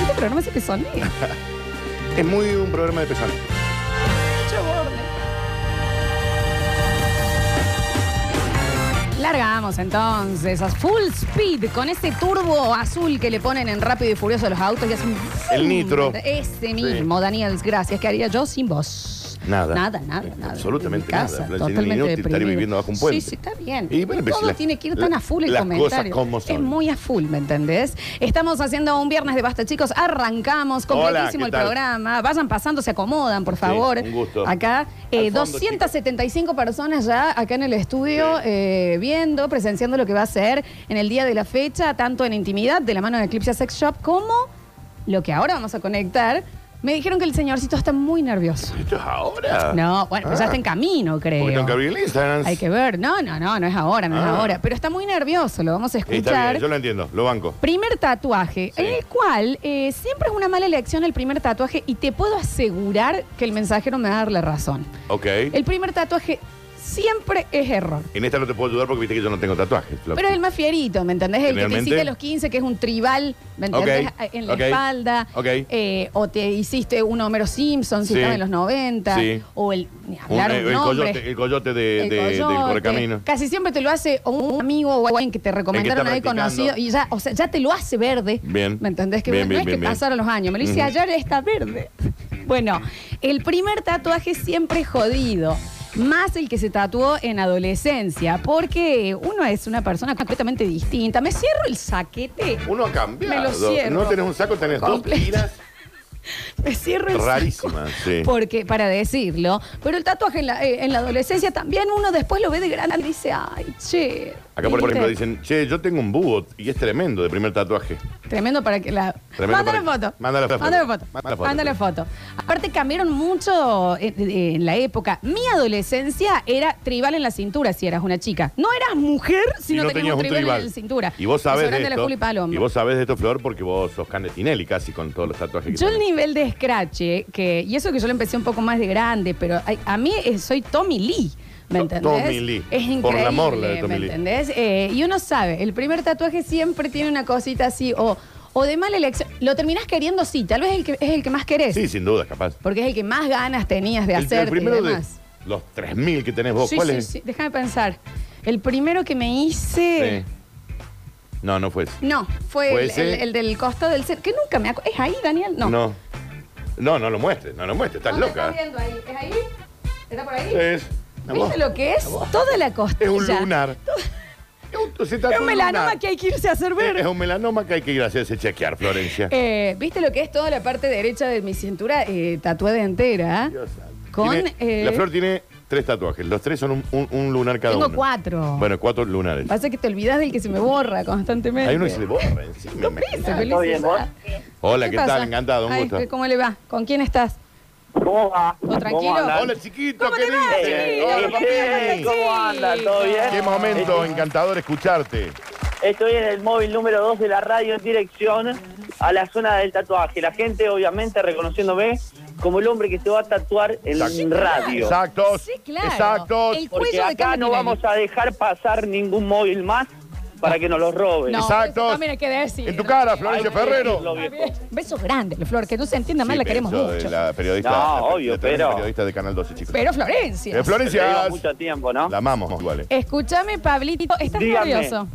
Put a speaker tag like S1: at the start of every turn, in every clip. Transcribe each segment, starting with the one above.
S1: Este programa se pezonea.
S2: Es muy un programa de pesaje.
S1: Che, borde. Largamos entonces a full speed con ese turbo azul que le ponen en Rápido y Furioso a los autos y hacen...
S2: El nitro.
S1: Ese Este mismo, Daniel, gracias. ¿Qué haría yo sin vos?
S2: Nada.
S1: Nada, nada,
S2: Eh,
S1: nada.
S2: absolutamente
S1: En mi casa,
S2: nada. Florencia,
S1: Totalmente
S2: inútil,
S1: deprimido.
S2: estaría viviendo bajo un puente.
S1: Sí, sí, está bien.
S2: Y bueno, pero
S1: Todo
S2: si las-
S1: tiene que ir tan a full el
S2: las cosas
S1: comentario.
S2: como
S1: Es
S2: son.
S1: muy a full, ¿me entendés? Estamos haciendo un viernes de basta, chicos. Arrancamos completísimo
S2: Hola, ¿qué
S1: el
S2: tal?
S1: programa. Vayan pasando, se acomodan, por favor.
S2: un gusto.
S1: Acá, eh,
S2: Al fondo,
S1: 275 personas ya acá en el estudio
S2: Sí.
S1: eh, viendo, presenciando lo que va a ser en el día de la fecha, tanto en intimidad de la mano de Eclipse Sex Shop como lo que ahora vamos a conectar. Me dijeron que el señorcito está muy nervioso.
S2: ¿Esto es ahora?
S1: No, bueno, pero ya
S2: Ah,
S1: está en camino, creo.
S2: Porque tengo que abrir el Instagram.
S1: Hay que ver. No, no, no, no es ahora, no es
S2: Ah.
S1: ahora. Pero está muy nervioso, lo vamos a
S2: Eh, Está
S1: escuchar.
S2: bien, yo lo entiendo, lo banco.
S1: Primer tatuaje,
S2: Sí.
S1: el cual eh, siempre es una mala elección el primer tatuaje y te puedo asegurar que el mensajero me va a dar la razón.
S2: Ok.
S1: El primer tatuaje siempre es error.
S2: En esta no te puedo ayudar porque viste que yo no tengo tatuajes. Flor.
S1: Pero es el más fierito, ¿me entendés? El que te
S2: Generalmente.
S1: hiciste a los 15, que es un tribal, ¿me entendés?
S2: Ok,
S1: En la
S2: ok,
S1: espalda.
S2: ok.
S1: eh, o te hiciste un Homero Simpson, si
S2: Sí.
S1: estaba en los 90.
S2: Sí.
S1: O el. ni
S2: Un-
S1: hablar,
S2: eh,
S1: un
S2: el,
S1: nombre.
S2: coyote, el coyote, de,
S1: El
S2: de- del
S1: coyote.
S2: correcamino.
S1: Casi siempre te lo hace o un amigo o alguien que te recomendaron
S2: está
S1: ahí
S2: practicando.
S1: conocido y ya, o sea, ya te lo hace verde.
S2: Bien.
S1: ¿Me entendés? Que
S2: Bien,
S1: no
S2: bien,
S1: es
S2: bien,
S1: que
S2: bien.
S1: pasaron los años. Me lo hice
S2: Ujú.
S1: ayer, está verde. Bueno, el primer tatuaje siempre es jodido. Más el que se tatuó en adolescencia, porque uno es una persona completamente distinta. Me cierro el saquete,
S2: Uno ha cambiado.
S1: Me lo cierro.
S2: No tenés un saco, tenés
S1: Completo.
S2: dos tiras
S1: me cierro el saco.
S2: rarísimas. Sí.
S1: Porque, para decirlo, pero el tatuaje en la, eh, en la adolescencia también uno después lo ve de grande y dice, ay, che.
S2: Acá, por, por ejemplo,
S1: ¿viste?
S2: dicen, che, yo tengo un búho y es tremendo de primer tatuaje.
S1: Tremendo para que la.
S2: Tremendo
S1: Mándale
S2: para-
S1: foto.
S2: Mándale foto.
S1: Mándale foto.
S2: Mándale foto.
S1: Mándale foto. Aparte, cambiaron mucho en, en la época. Mi adolescencia era tribal en la cintura si eras una chica. No eras mujer si
S2: Y
S1: no, tenías un tribal, en la cintura.
S2: Y vos sabés
S1: Eso era
S2: de
S1: de la
S2: esto.
S1: Juli Palombo.
S2: Y vos sabés de esto, Flor, porque vos sos Canetinelli casi con todos los tatuajes que
S1: Yo el
S2: tenés.
S1: nivel de escrache, que, y eso que yo lo empecé un poco más de grande, pero a, a mí eh, soy Tommy Lee. ¿Me
S2: To-
S1: entendés?
S2: Tommy Lee.
S1: Es increíble.
S2: Por la morla de
S1: ¿Me
S2: Tommy Lee.
S1: entendés? Eh, y uno sabe, el primer tatuaje siempre tiene una cosita así, o, o de mala elección. Lo terminás queriendo, sí, tal vez el que, es el que más querés.
S2: Sí, sin duda, capaz.
S1: Porque es el que más ganas tenías de
S2: El-
S1: hacer.
S2: el primero de los 3.000 que tenés vos,
S1: sí,
S2: ¿cuál
S1: sí,
S2: es?
S1: sí. Déjame pensar. El primero que me hice.
S2: Sí. No, no fue ese.
S1: No, fue,
S2: ¿Fue
S1: el,
S2: ese?
S1: el- el del costado del ser. Que nunca me acuerdo. ¿Es ahí, Daniel? No.
S2: No, no, no lo muestres, no lo muestres, estás
S1: ¿Dónde
S2: loca.
S1: estás viendo ahí? ¿Es ahí? ¿Está por ahí?
S2: Es.
S1: ¿Viste lo que es? Toda la
S2: Es
S1: costilla.
S2: un lunar. Es un, se tatuó
S1: Es un melanoma
S2: lunar.
S1: que hay que irse a hacer ver.
S2: Es un melanoma que hay que ir a hacerse chequear, Florencia.
S1: Eh, ¿Viste lo que es toda la parte derecha de mi cintura eh, tatuada entera?
S2: Dios santo.
S1: Con.
S2: Tiene-
S1: eh,
S2: La flor tiene tres tatuajes. Los tres son un, un- un lunar cada
S1: Tengo
S2: uno.
S1: cuatro.
S2: Bueno, cuatro lunares.
S1: Pasa que te olvidas del que se me borra constantemente.
S2: Hay uno que se le borra encima.
S1: Con prisa,
S2: imagínate.
S1: felicidad.
S3: bien, vos?
S2: Hola,
S1: ¿Qué
S2: ¿qué,
S1: pasa?
S2: tal? Encantado, un
S1: Ay,
S2: gusto.
S1: ¿Cómo le va? ¿Con quién estás?
S3: ¿Cómo va?
S1: ¿Todo tranquilo?
S3: ¿Cómo andan?
S2: Hola, chiquito,
S1: ¿Cómo
S2: ¿qué
S1: le va,
S2: dices?
S1: chiquito?
S2: Hola,
S3: ¿Cómo andan?
S2: papi.
S3: ¿Cómo andan? ¿Todo bien?
S2: Qué momento, encantador escucharte.
S3: Estoy en el móvil número 2 de la radio en dirección a la zona del tatuaje. La gente, obviamente, reconociéndome como el hombre que se va a tatuar en
S2: Exacto.
S3: radio.
S2: Exactos.
S1: Sí, claro.
S2: Exactos.
S1: El
S3: Porque
S1: cuello de
S3: acá no
S1: Cami
S3: vamos a dejar pasar ningún móvil más para que nos lo roben.
S1: No,
S2: Exactos.
S1: eso también hay que decir.
S2: En tu cara,
S3: Hay
S2: Florencia
S3: que decirlo,
S2: Ferrero.
S3: viejo.
S1: Besos grandes, Flor, que no se entienda mal,
S2: Sí,
S1: la queremos
S2: eso, eh,
S1: mucho.
S2: La periodista,
S3: No,
S2: la-
S3: obvio,
S2: la tremenda
S3: pero-
S2: periodista de Canal 12, chicos.
S1: Pero Florencia.
S2: Eh,
S3: Te lleva
S2: Florencia,
S3: mucho tiempo, ¿no?
S2: la amamos igual. eh.
S1: Escúchame, Pablito, estás
S3: Dígame.
S1: nervioso.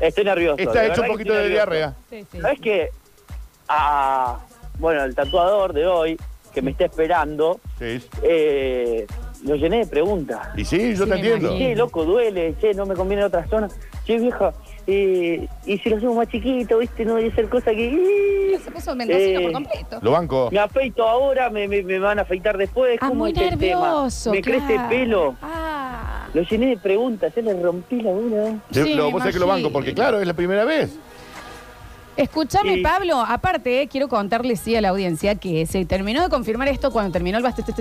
S3: Estoy nervioso. de
S2: Está
S3: verdad
S2: hecho un
S3: que
S2: poquito
S3: estoy
S2: de
S3: nervioso.
S2: diarrea.
S1: Sí, sí.
S3: ¿Sabes qué? Ah, bueno, el tatuador de hoy, que me está esperando,
S2: Sí.
S3: eh, lo llené de preguntas.
S2: Y sí, yo
S1: Sí,
S2: te
S1: me
S2: entiendo.
S1: imagino.
S3: Che, loco, duele, che, no me conviene otra zona. Che, viejo, eh, y si lo hacemos más chiquito, viste, no voy a hacer cosa que...
S1: Se puso mendocino
S3: Eh,
S1: por completo.
S2: Lo banco.
S3: Me afeito ahora, me, me- me van a afeitar después.
S1: Ah,
S3: ¿Cómo
S1: muy
S3: es el
S1: nervioso.
S3: este tema? Me crece
S1: claro.
S3: pelo.
S1: Ah.
S3: Lo llené de preguntas, ya le rompí la una.
S2: Yo-
S1: sí,
S2: lo-
S1: me
S2: vos sabés que lo banco,
S1: imagino.
S2: porque claro, es la primera vez.
S1: Escúchame,
S3: Sí.
S1: Pablo, aparte eh, quiero contarle sí a la audiencia que se terminó de confirmar esto cuando terminó el Bastete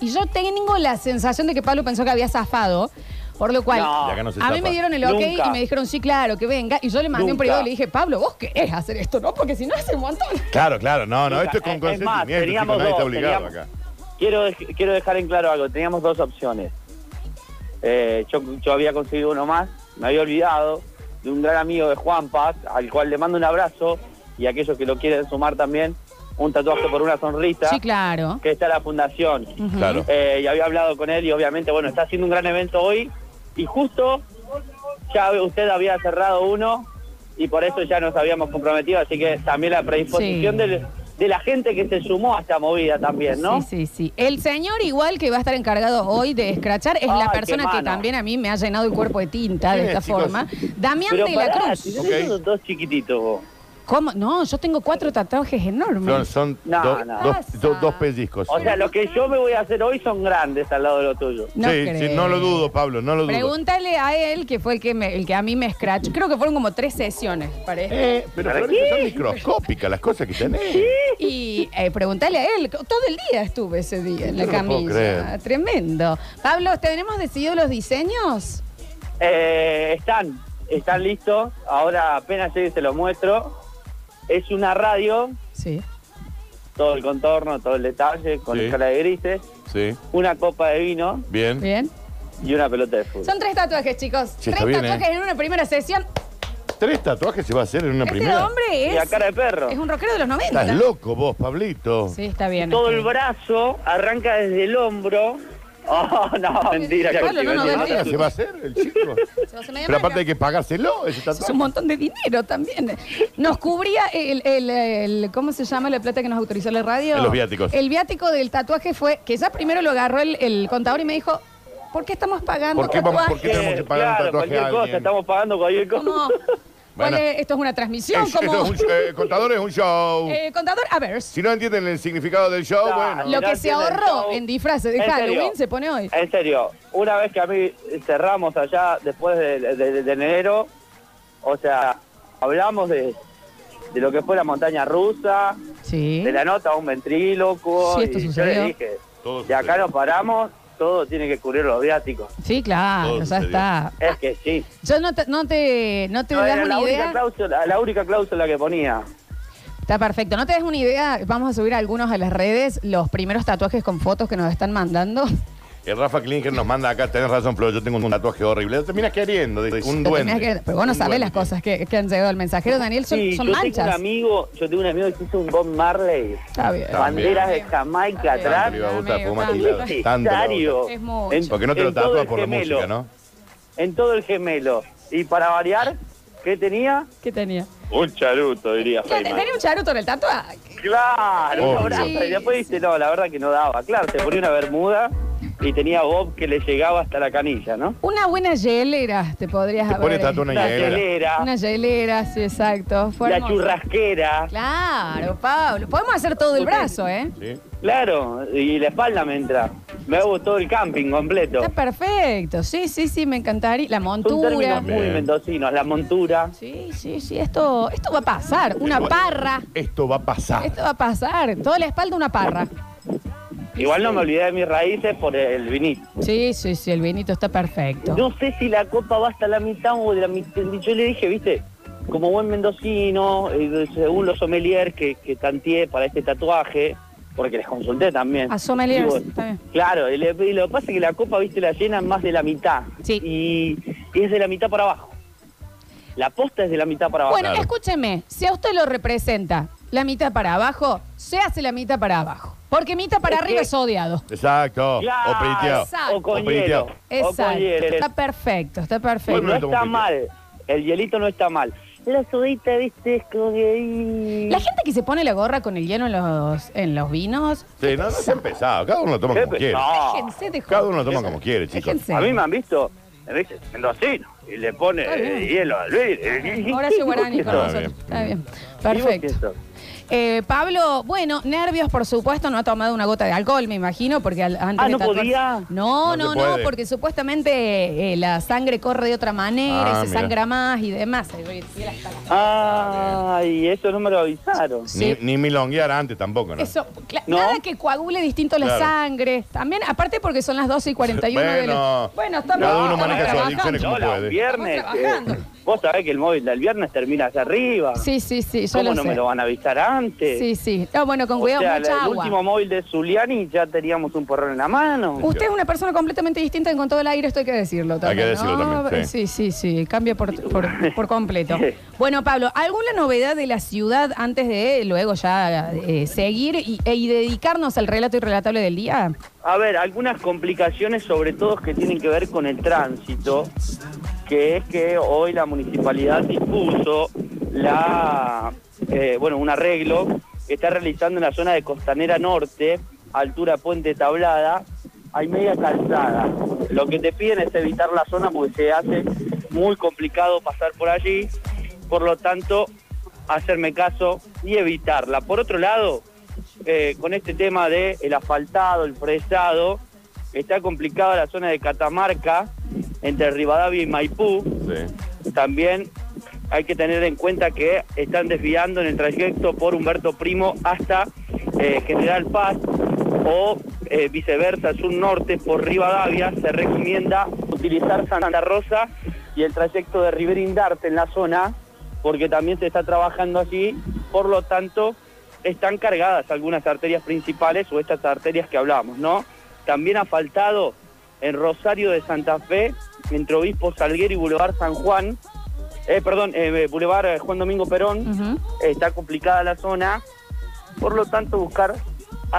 S1: y yo tengo la sensación de que Pablo pensó que había zafado, por lo cual
S3: No.
S2: Y acá no se
S1: a mí
S2: zapa.
S1: me dieron el ok
S3: Nunca.
S1: y me dijeron sí, claro, que venga y yo le mandé un
S3: Nunca.
S1: privado y le dije, Pablo, vos querés hacer esto, ¿no? Porque si no hace un montón.
S2: Claro, claro, no, no,
S3: Mira,
S2: esto es con
S3: eh, es- es más,
S2: consentimiento, chicos,
S3: teníamos
S2: nadie está
S3: dos,
S2: obligado
S3: teníamos-
S2: acá.
S3: Quiero, dej- quiero dejar en claro algo, teníamos dos opciones. Eh, yo, yo había conseguido uno más, me había olvidado de un gran amigo de Juan Paz, al cual le mando un abrazo, y aquellos que lo quieren sumar también, un tatuaje por una sonrisa,
S1: Sí, claro.
S3: que está la fundación.
S1: Ujú.
S2: Claro.
S3: Eh, y había hablado con él y obviamente, bueno, está haciendo un gran evento hoy y justo ya usted había cerrado uno y por eso ya nos habíamos comprometido, así que también la predisposición
S1: Sí.
S3: del- de la gente que se sumó a esta movida también, Este, ¿no?
S1: Sí, sí, sí. El señor igual que va a estar encargado hoy de escrachar es
S3: Ay,
S1: la
S3: qué
S1: persona que
S3: mano.
S1: también a mí me ha llenado el cuerpo de tinta de
S2: ¿Quién
S1: esta
S2: es, chicos?
S1: forma. Damián
S3: Pero
S1: de la
S3: pará,
S1: Cruz.
S3: si tenés
S2: Ok.
S3: esos dos chiquititos vos.
S1: ¿Cómo? No, yo tengo cuatro tatuajes enormes.
S2: Flor, son
S3: No,
S2: do-
S3: no.
S2: Dos,
S1: Pasa.
S2: do- dos pellizcos.
S3: O sea, lo que yo me voy a hacer hoy son grandes al lado de lo tuyo.
S1: No
S2: sí,
S1: creo.
S2: sí, no lo dudo, Pablo, no lo dudo.
S1: Pregúntale a él, que fue el que, me- el que a mí me scratch. Creo que fueron como tres sesiones, parece.
S2: Eh, pero
S3: ¿Para
S2: Florencia,
S3: qué?
S2: son microscópicas las cosas que tenés.
S1: Y eh, pregúntale a él. Todo el día estuve ese día en la
S2: Yo no lo puedo
S1: camilla.
S2: creer.
S1: Tremendo. Pablo, ¿tenemos decidido los diseños?
S3: Eh, están, están listos. Ahora apenas llegue se los muestro. Es una radio,
S1: Sí.
S3: todo el contorno, todo el detalle, con
S2: Sí.
S3: escala de grises,
S2: Sí,
S3: una copa de vino
S2: bien.
S1: Bien.
S3: y una pelota de fútbol.
S1: Son tres tatuajes, chicos.
S2: Sí,
S1: tres
S2: está bien, ¿eh?
S1: tatuajes en una primera sesión.
S2: Tres tatuajes se va a hacer en una
S1: Este
S2: primera.
S1: hombre es.
S3: Y a cara de perro.
S1: Es un rockero de los 90.
S2: Estás loco vos, Pablito.
S1: Sí, está bien.
S3: Todo el
S1: está bien.
S3: brazo arranca desde el hombro. Oh, no, mentira.
S1: Pablo,
S3: Conchi,
S1: no nos
S3: mentira.
S1: des miedo.
S2: se va a hacer el chico?
S1: Se- se me
S2: Pero aparte
S1: marca.
S2: hay que pagárselo, ese tatuaje.
S1: Es un montón de dinero también. Nos cubría el, el- el- ¿cómo se llama la plata que nos autorizó la radio?
S2: Los viáticos.
S1: El viático del tatuaje fue, que ya primero lo agarró el, el contador y me dijo, ¿por qué estamos pagando
S2: ¿Por qué vamos- por
S1: tatuajes?
S2: qué tenemos que pagar un
S3: Eh, claro,
S2: tatuaje a
S3: cualquier cosa,
S2: alguien?
S3: estamos pagando cualquier cosa.
S1: Como, ¿cuál
S2: Bueno.
S1: es? esto es una transmisión,
S2: Es-
S1: como
S2: esto es un- eh, contador es un show.
S1: Eh, contador, a ver,
S2: Si no entienden el significado del show,
S3: Claro.
S2: bueno.
S1: lo que
S3: gracias,
S1: se ahorró
S3: chau.
S1: en disfraces de
S3: En serio.
S1: Halloween se pone hoy.
S3: En serio, una vez que a mí cerramos allá después de, de- de enero, o sea, hablamos de, de lo que fue la montaña rusa,
S1: Sí.
S3: de la nota a un ventríloco,
S1: Sí, esto
S3: y yo
S1: sucedió.
S3: le dije,
S2: Todo
S3: de acá
S2: sucedió.
S3: nos paramos, todo tiene que cubrir los viáticos.
S1: Sí, claro,
S2: Todo
S1: ya
S2: sucedió.
S1: está.
S3: Es que sí.
S1: Yo no te, no te, no Ah, te
S3: No,
S1: das
S3: era
S1: una
S3: la
S1: idea.
S3: única, cláusula, la única cláusula que ponía.
S1: Está perfecto. ¿No te das una idea? Vamos a subir algunos a las redes, los primeros tatuajes con fotos que nos están mandando.
S2: El Rafa Klinger nos manda acá, tenés razón, Flor, yo tengo un tatuaje horrible. Lo terminas queriendo, dice, un
S1: Lo
S2: duende.
S1: tenías que- pero vos no
S2: Un
S1: sabés
S2: duende.
S1: las cosas que, que han llegado al mensajero, Daniel, son,
S3: Sí,
S1: son
S3: yo tengo un
S1: manchas.
S3: amigo, yo tengo un amigo que hizo un Bob Marley,
S1: Está bien.
S2: Está bien.
S3: banderas de
S1: bien.
S3: Jamaica
S1: Está bien.
S2: Tanto
S3: atrás,
S2: le iba a gustar,
S1: Amigo,
S2: porque
S1: tanto.
S2: más que- tanto le iba a gustar.
S3: necesario.
S1: Es mucho.
S3: En-
S2: Porque no te lo
S3: en todo
S2: tatúas
S3: el
S2: por la
S3: gemelo.
S2: música, ¿no?
S3: en todo el gemelo. Y para variar, ¿qué tenía?
S1: ¿Qué tenía?
S3: Un charuto, diría
S1: ¿Qué- Tenía un charuto en el tatuaje.
S3: Claro, un
S2: Obvio.
S3: abrazo. Y después dice, no, la verdad que no daba. Claro, se ponía una bermuda y tenía Bob que le llegaba hasta la canilla, ¿no?
S1: Una buena hielera te podrías
S2: Te
S1: haber.
S2: pones tatu una
S3: La
S2: hielera.
S1: Una
S3: telera,
S1: hielera, sí, exacto. Fue
S3: la
S1: hermoso.
S3: churrasquera.
S1: Claro, Pablo. Podemos hacer todo el brazo, ¿eh?
S2: ¿Sí?
S3: Claro, y la espalda me entra. Me hago todo el camping completo.
S1: Está perfecto. Sí, sí, sí, me encantaría. La
S3: Son
S1: montura.
S3: términos muy
S2: Bien.
S3: mendocinos. La montura.
S1: Sí, sí, sí, esto, esto va a pasar. Una
S2: Esto-
S1: parra.
S2: Esto va a pasar.
S1: Esto va a pasar. Toda la espalda una parra.
S3: Igual no me olvidé de mis raíces por el vinito.
S1: Sí, sí, sí, el vinito está perfecto.
S3: No sé si la copa va hasta la mitad o de la mitad. Yo le dije, viste, como buen mendocino, eh, según los sommeliers que, que tanteé para este tatuaje, porque les consulté también.
S1: A sommeliers,
S3: Y bueno,
S1: está bien.
S3: Claro, y, le- y lo que pasa es que la copa, viste, la llenan más de la mitad.
S1: Sí.
S3: Y, y es de la mitad para abajo. La posta es de la mitad para abajo.
S1: Bueno,
S2: Claro.
S1: escúcheme, si a usted lo representa la mitad para abajo, se hace la mitad para abajo. Porque mitad para
S3: Es
S1: arriba
S3: que-
S1: es odiado.
S2: Exacto.
S3: Claro,
S2: O piriteado.
S1: exacto.
S3: O con
S2: O piriteado.
S3: hielo. O con
S1: Exacto.
S3: hielo.
S1: Está perfecto, está perfecto.
S2: Bueno,
S3: No
S2: me tomo un
S3: está
S2: piquete.
S3: mal. El hielito no está mal. La sodita, viste, es como que... ahí-
S1: La gente que se pone la gorra con el hielo en los, en los vinos,
S2: Sí, no, no se ha empezado. Cada uno lo toma
S3: Qué
S2: como quiere.
S3: pesado.
S1: déjense de
S2: Ah. Cada
S1: joder.
S2: uno lo toma como quiere, chicos.
S1: Déjense.
S3: A mí me han visto, me dicen, mendocino, y le pone
S1: Está bien.
S3: eh, hielo a Luis.
S1: Horacio Guarani con
S2: Está
S1: nosotros.
S2: bien.
S1: Está bien. Perfecto. Eh, Pablo, bueno, nervios, por supuesto, no ha tomado una gota de alcohol, me imagino, porque al- antes
S3: Ah,
S1: de
S3: ¿no
S1: tatuarse-
S3: podía?
S1: No,
S2: No
S1: no,
S2: se
S1: no,
S2: puede.
S1: porque supuestamente eh, la sangre corre de otra manera
S2: Ah,
S1: y se
S2: mira.
S1: sangra más y demás. Eh, y él hasta-
S3: Ay, eso no me lo avisaron.
S1: Sí.
S2: Ni, ni milonguear antes tampoco, ¿no?
S1: Eso, cla-
S3: No.
S1: nada que coagule distinto la
S2: Claro.
S1: sangre. También, aparte porque son las 12 y 41 de la-
S2: Bueno,
S1: Bueno, estamos
S2: cada uno
S1: estamos
S2: maneja sus
S1: trabajando.
S2: adicciones como
S3: Hola,
S2: puede.
S3: viernes.
S1: Estamos trabajando.
S3: eh, Vos sabés que el móvil del viernes termina hacia arriba.
S1: Sí, sí, sí, yo
S3: ¿Cómo
S1: lo
S3: no
S1: sé.
S3: me lo van a avisar antes?
S1: Sí, sí. Ah, bueno, con
S3: O
S1: cuidado,
S3: sea,
S1: mucha
S3: el
S1: agua.
S3: último móvil de Zuliani ya teníamos un porrón en la mano.
S1: Usted es una persona completamente distinta en con todo el aire, esto hay que decirlo también.
S2: que decirlo
S1: ¿no?
S2: también,
S1: Sí, sí, sí, cambia por, por- por completo. Bueno, Pablo, ¿alguna novedad de la ciudad antes de luego ya eh, seguir y, e- y dedicarnos al relato irrelatable del día?
S3: A ver, algunas complicaciones sobre todo que tienen que ver con el tránsito, que es que hoy la municipalidad dispuso la, eh, bueno, un arreglo que está realizando en la zona de Costanera Norte, altura Puente Tablada, hay media calzada. Lo que te piden es evitar la zona porque se hace muy complicado pasar por allí, por lo tanto, hacerme caso y evitarla. Por otro lado, eh, con este tema de el asfaltado, el fresado, está complicada la zona de Catamarca, entre Rivadavia y Maipú.
S2: Sí.
S3: También hay que tener en cuenta que están desviando en el trayecto por Humberto Primo hasta eh, General Paz o eh, viceversa, sur-norte por Rivadavia. Se recomienda utilizar Santa Rosa y el trayecto de Riverindarte en la zona porque también se está trabajando allí. Por lo tanto, están cargadas algunas arterias principales o estas arterias que hablamos, ¿no? También ha faltado en Rosario de Santa Fe, entre Obispo Salguero y Boulevard San Juan, eh, perdón, eh, Boulevard eh, Juan Domingo Perón,
S1: Ujú.
S3: eh, está complicada la zona, por lo tanto buscar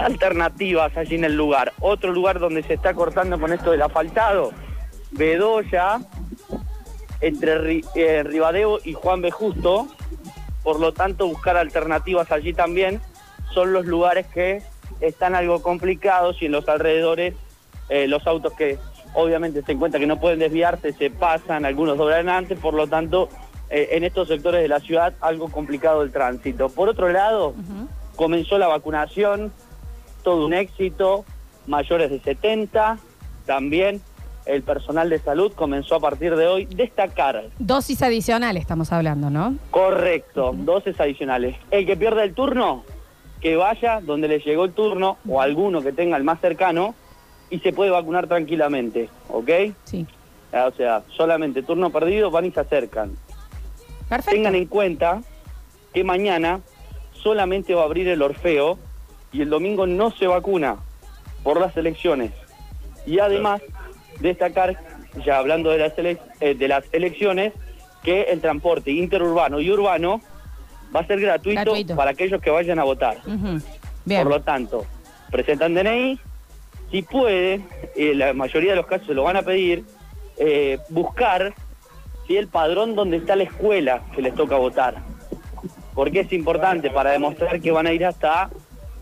S3: alternativas allí en el lugar. Otro lugar donde se está cortando con esto del asfaltado, Bedoya, entre Ri- eh, Ribadeo y Juan B. Justo, por lo tanto buscar alternativas allí también, son los lugares que están algo complicados y en los alrededores eh, los autos que obviamente se encuentran que no pueden desviarse, se pasan, algunos doblan antes, por lo tanto eh, en estos sectores de la ciudad algo complicado el tránsito. Por otro lado, comenzó la vacunación, todo un éxito, mayores de 70, también el personal de salud comenzó a partir de hoy destacar
S1: Dosis adicional estamos hablando, ¿no?
S3: Correcto, dosis adicionales. El que pierda el turno, que vaya donde le llegó el turno o alguno que tenga el más cercano y se puede vacunar tranquilamente, ¿ok?
S1: Sí.
S3: O sea, solamente turno perdido, van y se acercan.
S1: Perfecto.
S3: Tengan en cuenta que mañana solamente va a abrir el Orfeo y el domingo no se vacuna por las elecciones. Y además, destacar, ya hablando de las, ele- eh, de las elecciones, que el transporte interurbano y urbano va a ser gratuito,
S1: Gratuito.
S3: para aquellos que vayan a votar.
S1: Ujú. Bien.
S3: Por lo tanto, presentan DNI, si puede, eh, la mayoría de los casos se lo van a pedir, eh, buscar si el padrón donde está la escuela que les toca votar. Porque es importante para demostrar que van a ir hasta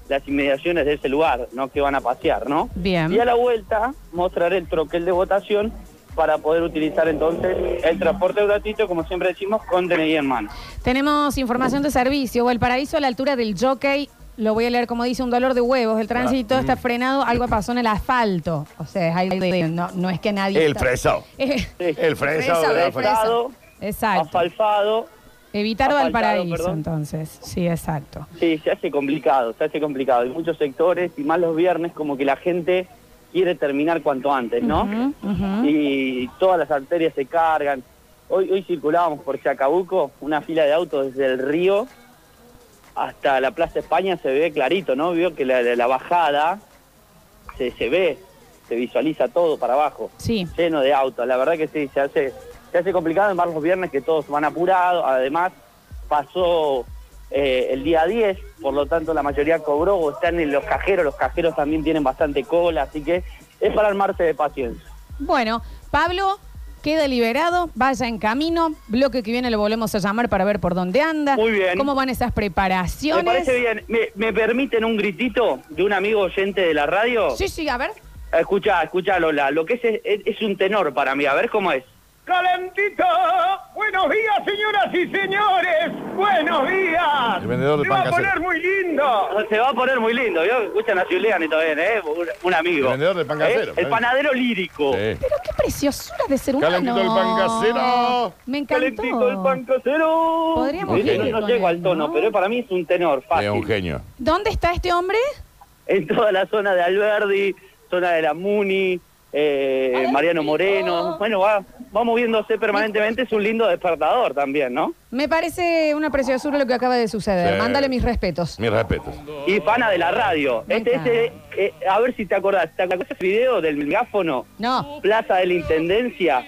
S3: las inmediaciones de ese lugar, no que van a pasear, ¿no?
S1: Bien.
S3: Y a la vuelta mostraré el troquel de votación para poder utilizar entonces el transporte gratuito, como siempre decimos, con DNI en mano.
S1: Tenemos información de servicio. El paraíso a la altura del jockey, lo voy a leer como dice, un dolor de huevos. El
S3: Ah,
S1: tránsito
S3: mm.
S1: está frenado, algo pasó en el asfalto. O sea, es algo de- no, no es que nadie.
S2: El
S1: está-
S2: fresado.
S1: Eh,
S3: Sí.
S2: El fresado.
S1: Fresado,
S2: de la
S1: el
S2: fresada.
S3: fresado.
S1: Exacto.
S3: Asfalfado,
S1: Evitar al
S3: asfaltado,
S1: paraíso,
S3: perdón.
S1: entonces. Sí, exacto.
S3: Sí, se hace complicado, se hace complicado. Hay muchos sectores y más los viernes como que la gente quiere terminar cuanto antes, ¿no?
S1: Ujú, ujú.
S3: Y todas las arterias se cargan. Hoy, hoy circulábamos por Chacabuco, una fila de autos desde el río hasta la Plaza España se ve clarito, ¿no? Vio que la, la- la bajada se, se ve, se visualiza todo para abajo,
S1: Sí.
S3: lleno de autos. La verdad que sí, se hace, se hace complicado en los viernes que todos van apurados. Además, pasó eh, el día 10, por lo tanto la mayoría cobró o están en los cajeros, los cajeros también tienen bastante cola, así que es para armarse de paciencia.
S1: Bueno, Pablo. Queda liberado, vaya en camino, bloque que viene lo volvemos a llamar para ver por dónde anda.
S3: Muy bien.
S1: ¿Cómo van esas preparaciones?
S3: Me parece bien, ¿Me, me permiten un gritito de un amigo oyente de la radio?
S1: Sí, sí, a ver.
S3: Escucha, escucha Lola, lo que es, es es un tenor para mí, a ver cómo es.
S4: Calentito, buenos días señoras y señores, buenos días.
S2: El vendedor de
S4: Se
S2: pan
S4: va a
S2: casero.
S4: poner muy lindo.
S3: Se va a poner muy lindo, ¿vio? Escuchan a Julián y todo bien, ¿eh? Un, un amigo.
S2: El vendedor de pan
S3: ¿Eh?
S2: casero,
S3: El
S2: ¿eh?
S3: panadero lírico.
S2: Sí.
S1: Pero qué preciosura de ser humano.
S2: Calentito el pan casero.
S1: Me encantó.
S3: Calentito el pan casero.
S1: Podríamos
S3: Sí,
S2: ir
S3: no,
S1: con
S3: no llego
S1: él,
S3: al tono,
S1: ¿no?
S3: pero para mí es un tenor fácil.
S2: Es un genio.
S1: ¿Dónde está este hombre?
S3: En toda la zona de Alberdi, zona de la Muni, eh,
S1: Ay,
S3: Mariano
S1: rico.
S3: Moreno. Bueno, va, va moviéndose permanentemente, es un lindo despertador también, ¿no?
S1: Me parece una preciosura lo que acaba de suceder.
S2: Sí.
S1: Mándale mis respetos.
S2: Mis respetos.
S3: Y fana de la radio.
S1: Me
S3: Este, este, eh, a ver si te acordás, ¿te acordás ese video del megáfono?
S1: No.
S3: Plaza de la Intendencia,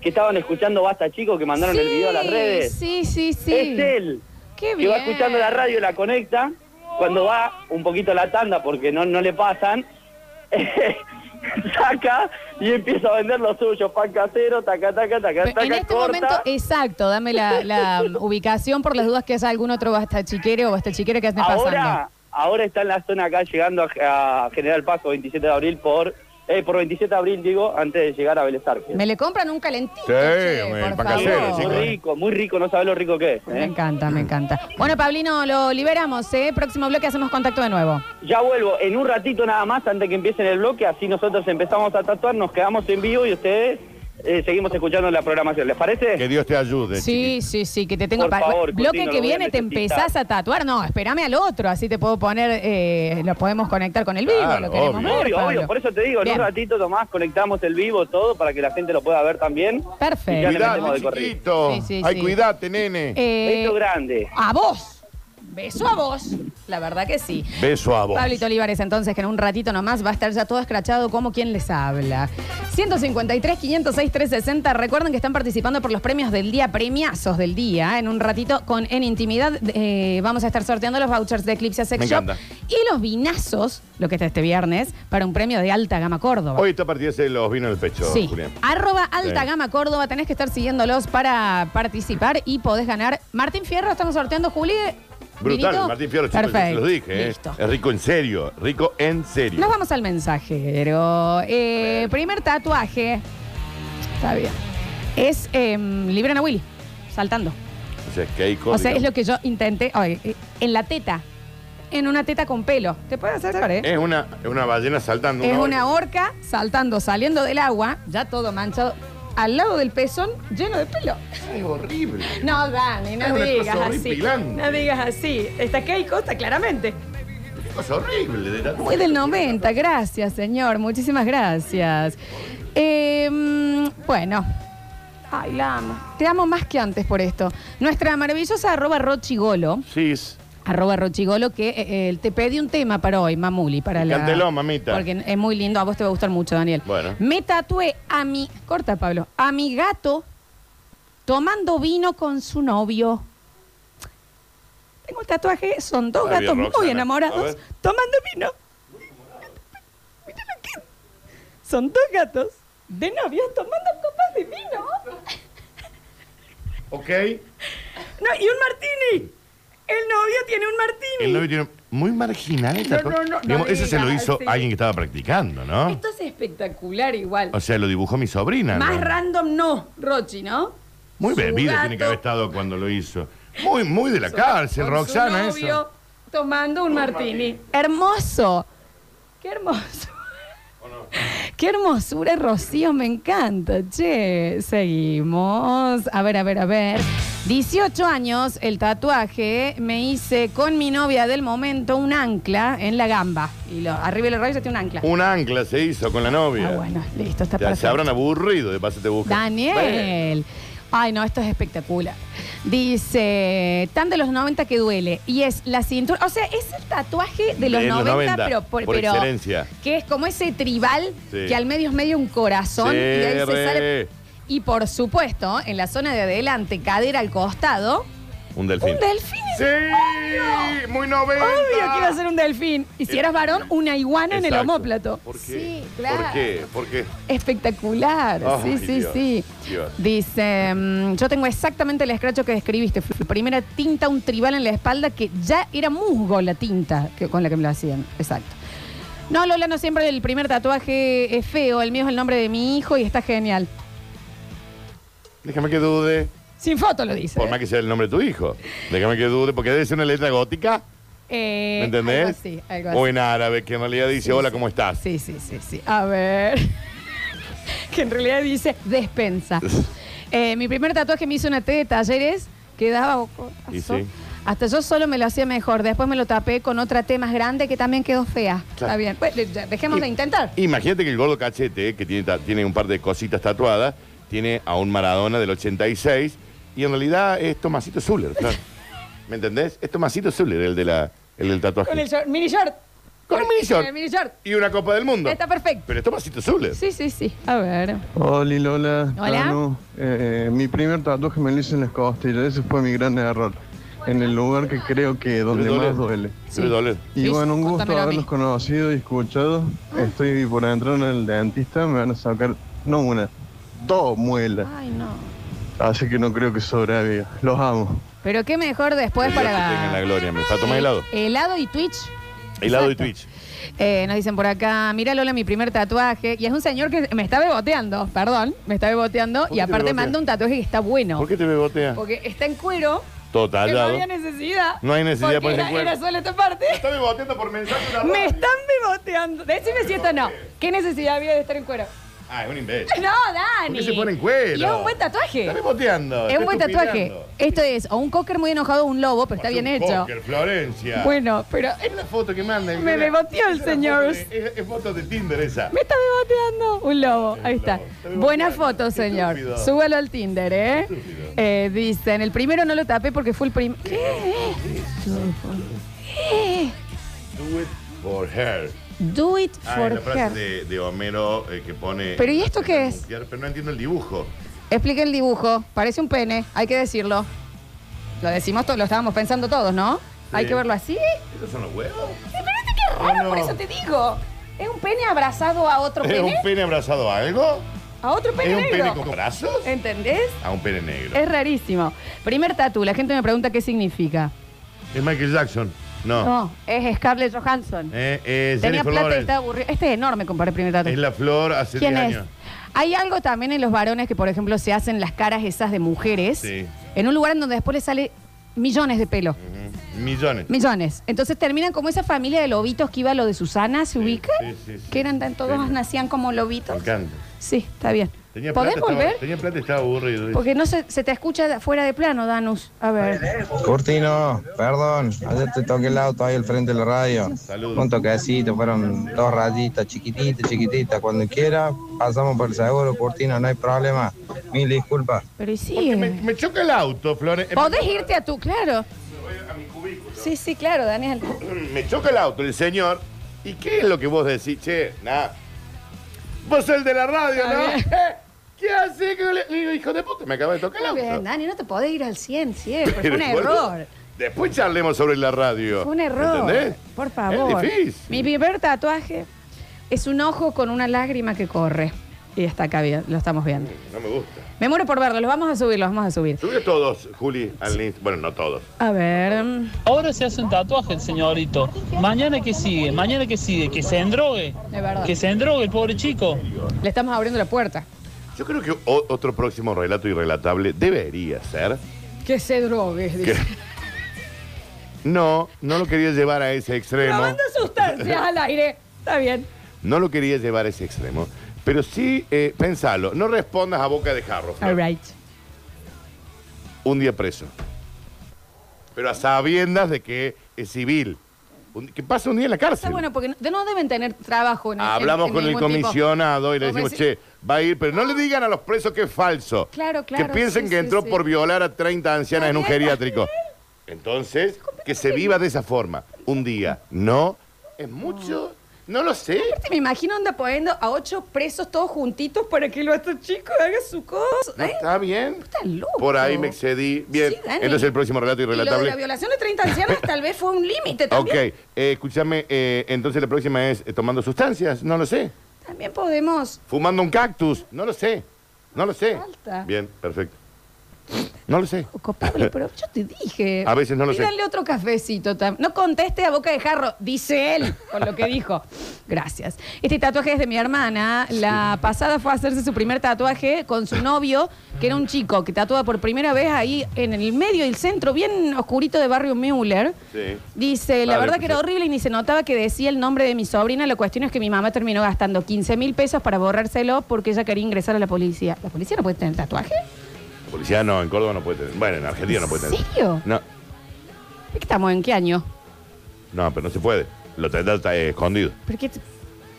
S3: que estaban escuchando Basta Chico, que mandaron el video a las redes.
S1: Sí, sí, sí.
S3: Es él,
S1: Qué
S3: que
S1: bien.
S3: va escuchando la radio, la conecta, cuando va un poquito a la tanda porque no, no le pasan, saca y empieza a vender los suyos, pan casero, taca, taca, taca,
S1: Pero
S3: taca,
S1: En este
S3: corta.
S1: momento, exacto, dame la, la, um, ubicación por las dudas que es algún otro bastachiquero o bastachiquera que esté pasando.
S3: Ahora, ahora está en la zona acá llegando a, a General Paso 27 de abril por eh, por 27 de abril digo antes de llegar a Belezar.
S1: Me le compran un calentito.
S2: Sí,
S1: che,
S2: me-
S1: por
S2: pan
S1: favor.
S2: casero,
S3: Muy
S2: chicos.
S3: rico, muy rico, no sabe lo rico que es. ¿eh?
S1: Me encanta, me encanta. Bueno, Pablino, lo liberamos, ¿eh? Próximo bloque hacemos contacto de nuevo.
S3: Ya vuelvo en un ratito nada más antes que empiecen el bloque, así nosotros empezamos a tatuar, nos quedamos en vivo y ustedes eh, seguimos escuchando la programación. ¿Les parece?
S2: Que Dios te ayude.
S1: Sí, sí, sí, que te tengo
S3: Por
S1: para.
S3: favor,
S1: bloque
S3: Curtino,
S1: que
S3: lo voy a
S1: viene te
S3: necesitar.
S1: empezás a tatuar. No, espérame al otro, así te puedo poner, eh, lo podemos conectar con el vivo,
S2: Claro,
S1: lo queremos
S2: obvio.
S1: ver,
S3: Obvio,
S1: Pablo.
S3: obvio, por eso te digo,
S1: Bien.
S3: en un ratito Tomás conectamos el vivo todo para que la gente lo pueda ver también.
S1: Perfecto.
S3: Y ya le metemos
S2: Cuidate,
S3: de corrido.
S2: chiquito.
S1: Sí, sí,
S2: Ay,
S1: sí.
S2: cuidate, nene.
S1: Eh,
S3: Beso grande.
S1: a vos. Beso a vos. La verdad que sí.
S2: Beso a vos.
S1: Pablito Olivares, entonces, que en un ratito nomás va a estar ya todo escrachado como quien les habla. 153, 506, 360. Recuerden que están participando por los premios del día, premiazos del día. ¿eh? En un ratito, con En Intimidad, eh, vamos a estar sorteando los vouchers de Eclipse Sex
S2: Me
S1: Shop
S2: encanta.
S1: y los vinazos, lo que está este viernes, para un premio de Alta Gama Córdoba.
S2: Hoy esta partida se los vino el pecho,
S1: Sí.
S2: Julián.
S1: Arroba Alta
S2: Sí.
S1: Gama Córdoba. Tenés que estar siguiéndolos para participar y podés ganar. Martín Fierro, estamos sorteando, Juli.
S2: Brutal,
S1: ¿Vinito?
S2: Martín Fierro, chicos, yo se
S1: Perfecto.
S2: los dije. ¿eh?
S1: Listo.
S2: Es rico en serio, rico en serio.
S1: Nos vamos al mensajero. Eh, primer tatuaje. Está bien. Es eh, Libran a Willy, saltando.
S2: O sea, es que hay
S1: O
S2: código.
S1: sea, es lo que yo intenté. ay, eh, en la teta. En una teta con pelo. Te puede hacer, ¿eh?
S2: Es una, es una ballena saltando.
S1: Es
S2: una
S1: una
S2: orca.
S1: orca saltando, saliendo del agua, ya todo manchado, al lado del pezón lleno de pelo.
S2: Es horrible.
S1: No, Dani,
S2: Es
S1: no
S2: una
S1: digas
S2: cosa
S1: así.
S2: horripilante.
S1: No digas así. Está Keiko, está claramente.
S2: Es horrible. de la-
S1: Muy del 90, gracias, señor. Muchísimas gracias. Eh, mm, bueno. Ay, la amo. Te amo más que antes por esto. Nuestra maravillosa arroba rochigolo,
S2: Sis.
S1: arroba rochigolo, que eh, eh, te pedí un tema para hoy, mamuli, para la...
S2: Cántelo, mamita.
S1: Porque es muy lindo, a vos te va a gustar mucho, Daniel.
S2: Bueno.
S1: Me tatué a mi... Corta, Pablo. A mi gato tomando vino con su novio. Tengo un tatuaje, son dos
S2: Está bien,
S1: gatos muy
S2: Roxana. A
S1: enamorados
S2: ver.
S1: tomando vino. Mira lo que- Son dos gatos de novios tomando copas de vino.
S2: Ok.
S1: No, y un martini. El novio tiene un martini.
S2: El novio tiene muy marginal esta
S1: No,
S2: cosa.
S1: no, no, no
S2: Digamos, Ese se lo
S1: digas,
S2: hizo
S1: sí.
S2: alguien que estaba practicando, ¿no?
S1: Esto es espectacular igual.
S2: O sea, lo dibujó mi sobrina.
S1: Más
S2: ¿no?
S1: random no, Rochi, ¿no?
S2: Muy
S1: Su
S2: bebida
S1: gato
S2: tiene que haber estado cuando lo hizo. Muy, muy de la cárcel,
S1: con
S2: Roxana,
S1: su novio
S2: eso.
S1: tomando un martini. Hermoso. Qué hermoso. Qué hermosura, Rocío, me encanta. Che, seguimos. A ver, a ver, a ver. 18 años, el tatuaje, me hice con mi novia del momento un ancla en la gamba. Y lo, arriba de la raya tiene un ancla.
S2: Un ancla se hizo con la novia.
S1: Ah, bueno, listo, está
S2: Ya se
S1: perfecto.
S2: habrán aburrido de paso te buscan. Bueno.
S1: Daniel. Ay, no, esto es espectacular. Dice, tan de los 90 que duele. Y es la cintura. O sea, es el tatuaje de los, 90, pero, por, pero-
S2: excelencia.
S1: que es como ese tribal
S2: Sí.
S1: que al medio es medio un corazón
S2: Sí,
S1: y ahí se
S2: re.
S1: sale. Y por supuesto, en la zona de adelante, cadera al costado,
S2: Un delfín.
S1: un delfín.
S2: Sí, muy noventa.
S1: Obvio que iba a ser un delfín. Y si eras varón, una iguana en el
S2: Eh, Exacto.
S1: homóplato.
S2: ¿Por qué?
S1: Sí, claro.
S2: ¿Por qué? ¿Por qué?
S1: Espectacular,
S2: Ay,
S1: sí, sí,
S2: Dios,
S1: sí.
S2: Dios.
S1: Dice, mm, yo tengo exactamente el escracho que describiste. Fue la primera tinta, un tribal en la espalda que ya era musgo la tinta que- con la que me lo hacían. Exacto. No, Lola, no siempre el primer tatuaje es feo. El mío es el nombre de mi hijo y está genial.
S2: Déjame que dude.
S1: Sin foto lo dice.
S2: Por más que sea el nombre de tu hijo. Déjame que dude, porque debe ser una letra gótica.
S1: Eh,
S2: ¿Me entendés?
S1: algo así, algo así.
S2: O en árabe, que en realidad dice,
S1: Sí,
S2: hola,
S1: sí.
S2: ¿cómo estás?
S1: Sí, sí, sí, sí. A ver. que en realidad dice despensa. Eh, mi primer tatuaje me hizo una T de talleres que daba bocazo
S2: Y sí.
S1: Hasta yo solo me lo hacía mejor. Después me lo tapé con otra T más grande que también quedó fea.
S2: Claro.
S1: Está bien. Pues, ya, dejemos
S2: Y-
S1: de intentar.
S2: Imagínate que el gordo cachete, que tiene, ta- tiene un par de cositas tatuadas, tiene a un Maradona del 86 y en realidad es Tomasito Zuller. claro. ¿Me entendés? Es Tomasito Zuller, el, de la, el del tatuaje.
S1: Con el short- mini short.
S2: Con un mini short.
S1: El mini short.
S2: Y una Copa del Mundo.
S1: Está perfecto.
S2: Pero es Tomasito Zuller.
S1: Sí, sí, sí. A ver.
S5: Hola Lola,
S1: Hola.
S5: Tano. Eh, mi primer tatuaje me lo hice en las costillas, ese fue mi gran error. En el lugar que creo que donde
S2: Debe doler.
S5: más duele.
S1: Sí.
S2: Debe doler.
S5: Y
S1: Sí,
S5: bueno, un gusto
S1: contámelo a mí.
S5: haberlos conocido y escuchado. Estoy por entrar al dentista, me van a sacar, no una, dos muelas.
S1: Ay, no.
S5: Así que no creo que sobreviva. Los amo.
S1: Pero qué mejor después
S2: Dios te tenga en la
S1: Pues para. Eh,
S2: gloria, me está tomando helado.
S1: Helado y Twitch.
S2: Helado y
S1: Exacto.
S2: Twitch.
S1: Eh, nos dicen por acá, mira Lola, mi primer tatuaje. Y es un señor que me está beboteando, perdón, me está beboteando.
S2: ¿Por qué
S1: Y
S2: te
S1: aparte
S2: bebotea?
S1: manda un tatuaje que está bueno.
S2: ¿Por qué te bebotea?
S1: Porque está en cuero.
S2: Todo
S1: que no
S2: tallado.
S1: había necesidad.
S2: No hay necesidad de
S1: porque
S2: ponerse en
S1: era,
S2: cuero.
S1: era solo esta parte.
S2: Está beboteando por mensaje de la
S1: Me
S2: radio.
S1: están beboteando. Decime si esto no. ¿Qué necesidad había de estar en cuero?
S2: Ah, es un imbécil.
S1: No, Dani.
S2: ¿Por qué se pone en cuero?
S1: Y es un buen tatuaje.
S2: Está beboteando.
S1: Es un buen tatuaje. Esto es o un cocker muy enojado o un lobo, pero está bien hecho.
S2: Florencia.
S1: Bueno, pero eh,
S2: Es la foto que manda. el-
S1: Me beboteó
S2: Esa
S1: el
S2: es la
S1: señor.
S2: foto de- Es, es foto de Tinder esa.
S1: me está beboteando. Un lobo, ahí
S2: Un
S1: está.
S2: lobo. Está
S1: Buena
S2: beboteando.
S1: foto,
S2: Qué
S1: señor.
S2: estúpido.
S1: Súbalo al Tinder, ¿eh?
S2: Qué estúpido.
S1: Eh, Dicen, el primero no lo tapé porque fue el primer.
S2: Do it for her.
S1: Do it
S2: Ah,
S1: for
S2: es la frase
S1: her.
S2: de, de Homero eh, que pone.
S1: Pero, ¿y esto
S2: la
S1: qué
S2: cena
S1: es?
S2: nuclear, pero no entiendo el dibujo.
S1: Explique el dibujo. Parece un pene, hay que decirlo. Lo decimos, to- lo estábamos pensando todos, ¿no? Hay que verlo así.
S2: ¿Estos son los huevos?
S1: Sí, pero este que es raro,
S2: Oh, no.
S1: por eso te digo. ¿Es un pene abrazado a otro
S2: ¿Es
S1: pene?
S2: un pene abrazado a algo?
S1: ¿A otro pene
S2: ¿Es un
S1: negro?
S2: pene con brazos?
S1: ¿Entendés?
S2: A un pene negro.
S1: Es rarísimo. Primer tatu, la gente me pregunta qué significa.
S2: ¿Es Michael Jackson? No.
S1: No, es Scarlett Johansson.
S2: Eh, es
S1: Tenía
S2: Jennifer
S1: plata y
S2: Lawrence.
S1: estaba aburrido. Este es enorme comparé el primer tatu.
S2: Es la este flor hace 10
S1: ¿Quién es?
S2: años.
S1: Hay algo también en los varones que, por ejemplo, se hacen las caras esas de mujeres
S2: Sí.
S1: en un lugar en donde después les sale millones de pelo.
S2: Ujú. Millones.
S1: Millones. Entonces terminan como esa familia de lobitos que iba a lo de Susana, ¿se
S2: Sí,
S1: ubica?
S2: sí, sí, sí.
S1: Que eran tan- todos
S2: Sí.
S1: nacían como
S2: Me
S1: lobitos.
S2: encanta.
S1: Sí, está bien.
S2: Tenía
S1: ¿Podés
S2: plata,
S1: volver?
S2: Estaba, tenía plata y estaba aburrido.
S1: Porque no se, se te escucha de- fuera de plano, Danus. A ver.
S6: Curtino, perdón, ayer te toqué el auto ahí al frente de la radio.
S2: Saludos.
S6: Un toquecito, fueron dos rayitas chiquititas, chiquititas. Cuando quiera, pasamos por el seguro, Curtino, no hay problema. Mil disculpas.
S1: Pero y sí.
S2: Porque
S1: eh.
S2: me, me choca el auto, Flores. Eh,
S1: Podés irte a tu, claro.
S2: A mi cubículo.
S1: Sí, sí, claro, Daniel.
S2: Me choca el auto, el señor. ¿Y qué es lo que vos decís? Che, nada. Vos el de la radio,
S1: Está
S2: ¿no?
S1: bien.
S2: Eh, ¿Qué hace? que le- le digo, hijo de puta, me acaba de tocar el
S1: Está
S2: auto.
S1: bien, Dani, no te podés ir al 100 siempre. Fue un
S2: Pero, boludo,
S1: error.
S2: Después charlemos sobre la radio.
S1: Fue un error.
S2: ¿Entendés?
S1: Por favor.
S2: Es difícil.
S1: Mi primer tatuaje es un ojo con una lágrima que corre. Y está acá, bien, lo estamos viendo.
S2: No me gusta.
S1: Me muero por verlo, los vamos a subir, los vamos a subir.
S2: Sube todos, Juli, al Inst- Bueno, no todos.
S1: A ver. mm,
S7: Ahora se hace un tatuaje el señorito. Mañana que sigue, mañana que sigue, que se endrogue.
S1: De verdad.
S7: Que se endrogue el pobre chico.
S1: Le estamos abriendo la puerta.
S2: Yo creo que o- otro próximo relato irrelatable debería ser.
S1: Que se drogue, dice.
S2: que- No, no lo quería llevar a ese extremo.
S1: Probando sustancias al aire. Está bien.
S2: No lo quería llevar a ese extremo. Pero sí, eh, pensalo. No respondas a boca de jarro. Flor.
S1: All right.
S2: Un día preso. Pero a sabiendas de que es civil. Un- que pasa un día en la
S1: Está
S2: cárcel.
S1: bueno porque no, no deben tener trabajo. En, en-
S2: Hablamos
S1: en
S2: con el
S1: ningún tipo.
S2: comisionado y le
S1: Como
S2: decimos,
S1: decir-
S2: che, va a ir, pero no le digan a los presos que es falso.
S1: Claro, claro,
S2: Que piensen
S1: sí,
S2: que
S1: sí,
S2: entró
S1: sí.
S2: por violar a 30 ancianas en un geriátrico. Entonces, que se viva de esa forma. Un día, ¿no? ¿Es mucho? No lo sé.
S1: Aparte, Este, Me imagino anda poniendo a ocho presos todos juntitos para que los otros chicos hagan su cosa.
S2: ¿No
S1: ¿eh?
S2: está bien?
S1: Está loco.
S2: Por ahí me excedí. Bien,
S1: Sí, Dani.
S2: entonces el próximo relato
S1: Y lo de la
S2: irrelatable.
S1: violación de 30 ancianas tal vez fue un límite
S2: Ok,
S1: también.
S2: eh, escúchame, eh, entonces la próxima es eh, tomando sustancias, no lo sé.
S1: También podemos.
S2: Fumando un cactus, no lo sé. No lo sé.
S1: Falta.
S2: Bien, perfecto. No lo sé.
S1: Coco Pablo, pero yo te dije.
S2: A veces no lo sé.
S1: Pídanle otro cafecito también. No conteste a boca de jarro, dice él, con lo que dijo. Gracias. Este tatuaje es de mi hermana. La pasada fue a hacerse su primer tatuaje con su novio, que era un chico que tatuaba por primera vez ahí en el medio del centro, bien oscurito de barrio Müller.
S2: Sí.
S1: Dice, la
S2: Vale,
S1: verdad que era
S2: pues,
S1: horrible y ni se notaba que decía el nombre de mi sobrina. La cuestión es que mi mamá terminó gastando 15 mil pesos para borrárselo porque ella quería ingresar a la policía. ¿La policía no puede tener tatuaje?
S2: Policía no, en Córdoba no puede tener. Bueno, en Argentina no puede
S1: ¿En
S2: tener.
S1: serio?
S2: No.
S1: ¿Qué estamos en qué año?
S2: No, pero no se puede. Lo tendrá eh, escondido.
S1: ¿Pero qué-